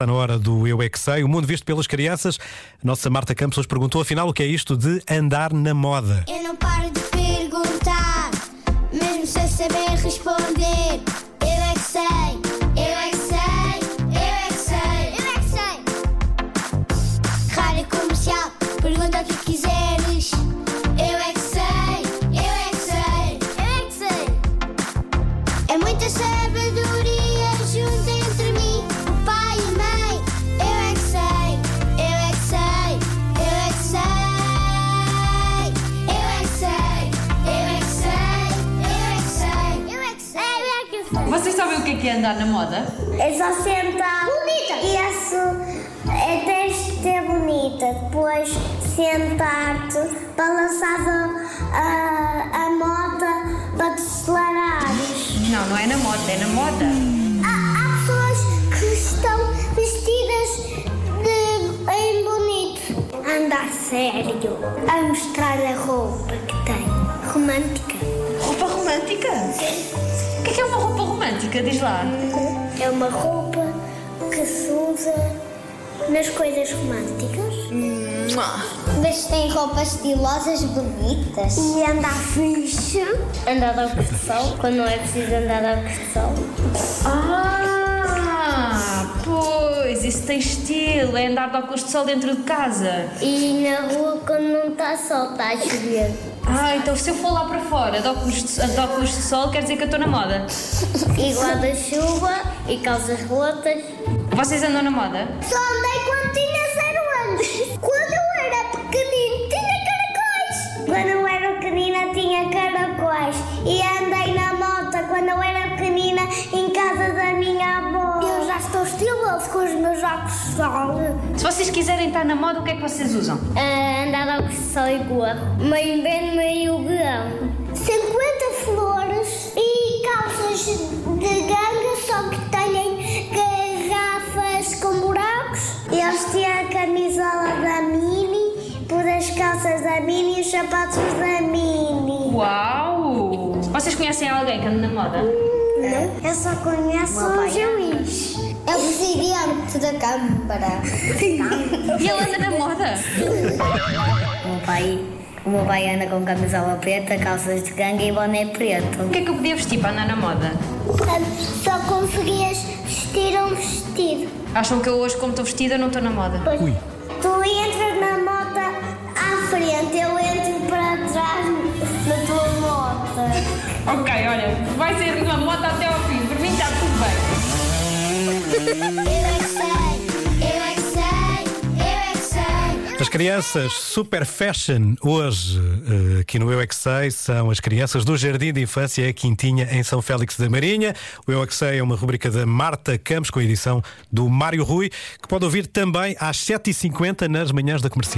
Está na hora do Eu É Que Sei, o mundo visto pelas crianças. A nossa Marta Campos hoje perguntou, afinal, o que é isto de andar na moda? Eu não paro de perguntar, mesmo sem saber responder. Eu é que sei, eu é que sei, eu é que sei, eu é que sei. Rádio comercial, pergunta o que quiseres. Eu é que sei, eu é que sei, eu é que sei. É muita sabedoria junto entre mim, o pai e a mãe. Eu é que sei, eu é que sei, eu é que sei. Eu é que sei, eu é que sei, eu é que sei, eu é que sei. Eu é que sei. Vocês sabem o que é, que é andar na moda? É só sentar. Bonita! Isso é tens de ser bonita. Depois sentar-te, balançar a, a, a moto para te acelerares. Não, não é na moda, é na moda. Há, pessoas que estão vestidas em bonito. Andar sério. A mostrar a roupa que tem. Romântica. Roupa romântica? O que é, que é uma roupa romântica? Diz lá. É uma roupa que se usa nas coisas românticas. Vestem roupas estilosas, bonitas. E andar fixe. Andar ao sol, quando não é preciso andar ao sol. Ah, pois, isso tem estilo, é andar de óculos de sol dentro de casa. E na rua quando não está sol, tá está a chover. Ah, então se eu for lá para fora de óculos de, de óculos de sol, quer dizer que eu estou na moda. E guarda-chuva e calças rotas. Vocês andam na moda? Só andei quando tinha zero anos. Quando eu era pequenino, tinha caracóis. Quando eu era pequenina, tinha caracóis. E andei na moto quando eu era pequenina, em casa da minha avó. Eu já estou estiloso com os meus óculos de sol. Se vocês quiserem estar na moda, o que é que vocês usam? andar ao sol e gorro. Meio bem, meio grão. 50 flores e calças de ganga, só que têm garrafas com buracos. Eles tinham a camisola da Mini, por as calças da Mini e os sapatos da Mini. Uau! Vocês conhecem alguém que anda na moda? Eu só conheço o juiz. É o presidente da Câmara. E ele anda na moda? O meu pai, o meu pai anda com camisola preta, calças de ganga e boné preto. O que é que eu podia vestir para andar na moda? Só conseguias vestir um vestido. Acham que eu hoje, como estou vestida, não estou na moda? Ui, Tu entras na moto à frente, eu entro para trás na tua moto. Ok, olha, vai ser uma moda até ao fim. Por mim está tudo bem. Eu é que sei, eu é que sei, eu é que sei. as crianças super fashion hoje, eh, aqui no Eu É Que Sei, são as crianças do Jardim de Infância Quintinha, em São Félix da Marinha. O Eu É Que Sei é uma rubrica da Marta Campos, com a edição do Mário Rui, que pode ouvir também às 7h50 nas manhãs da comercial.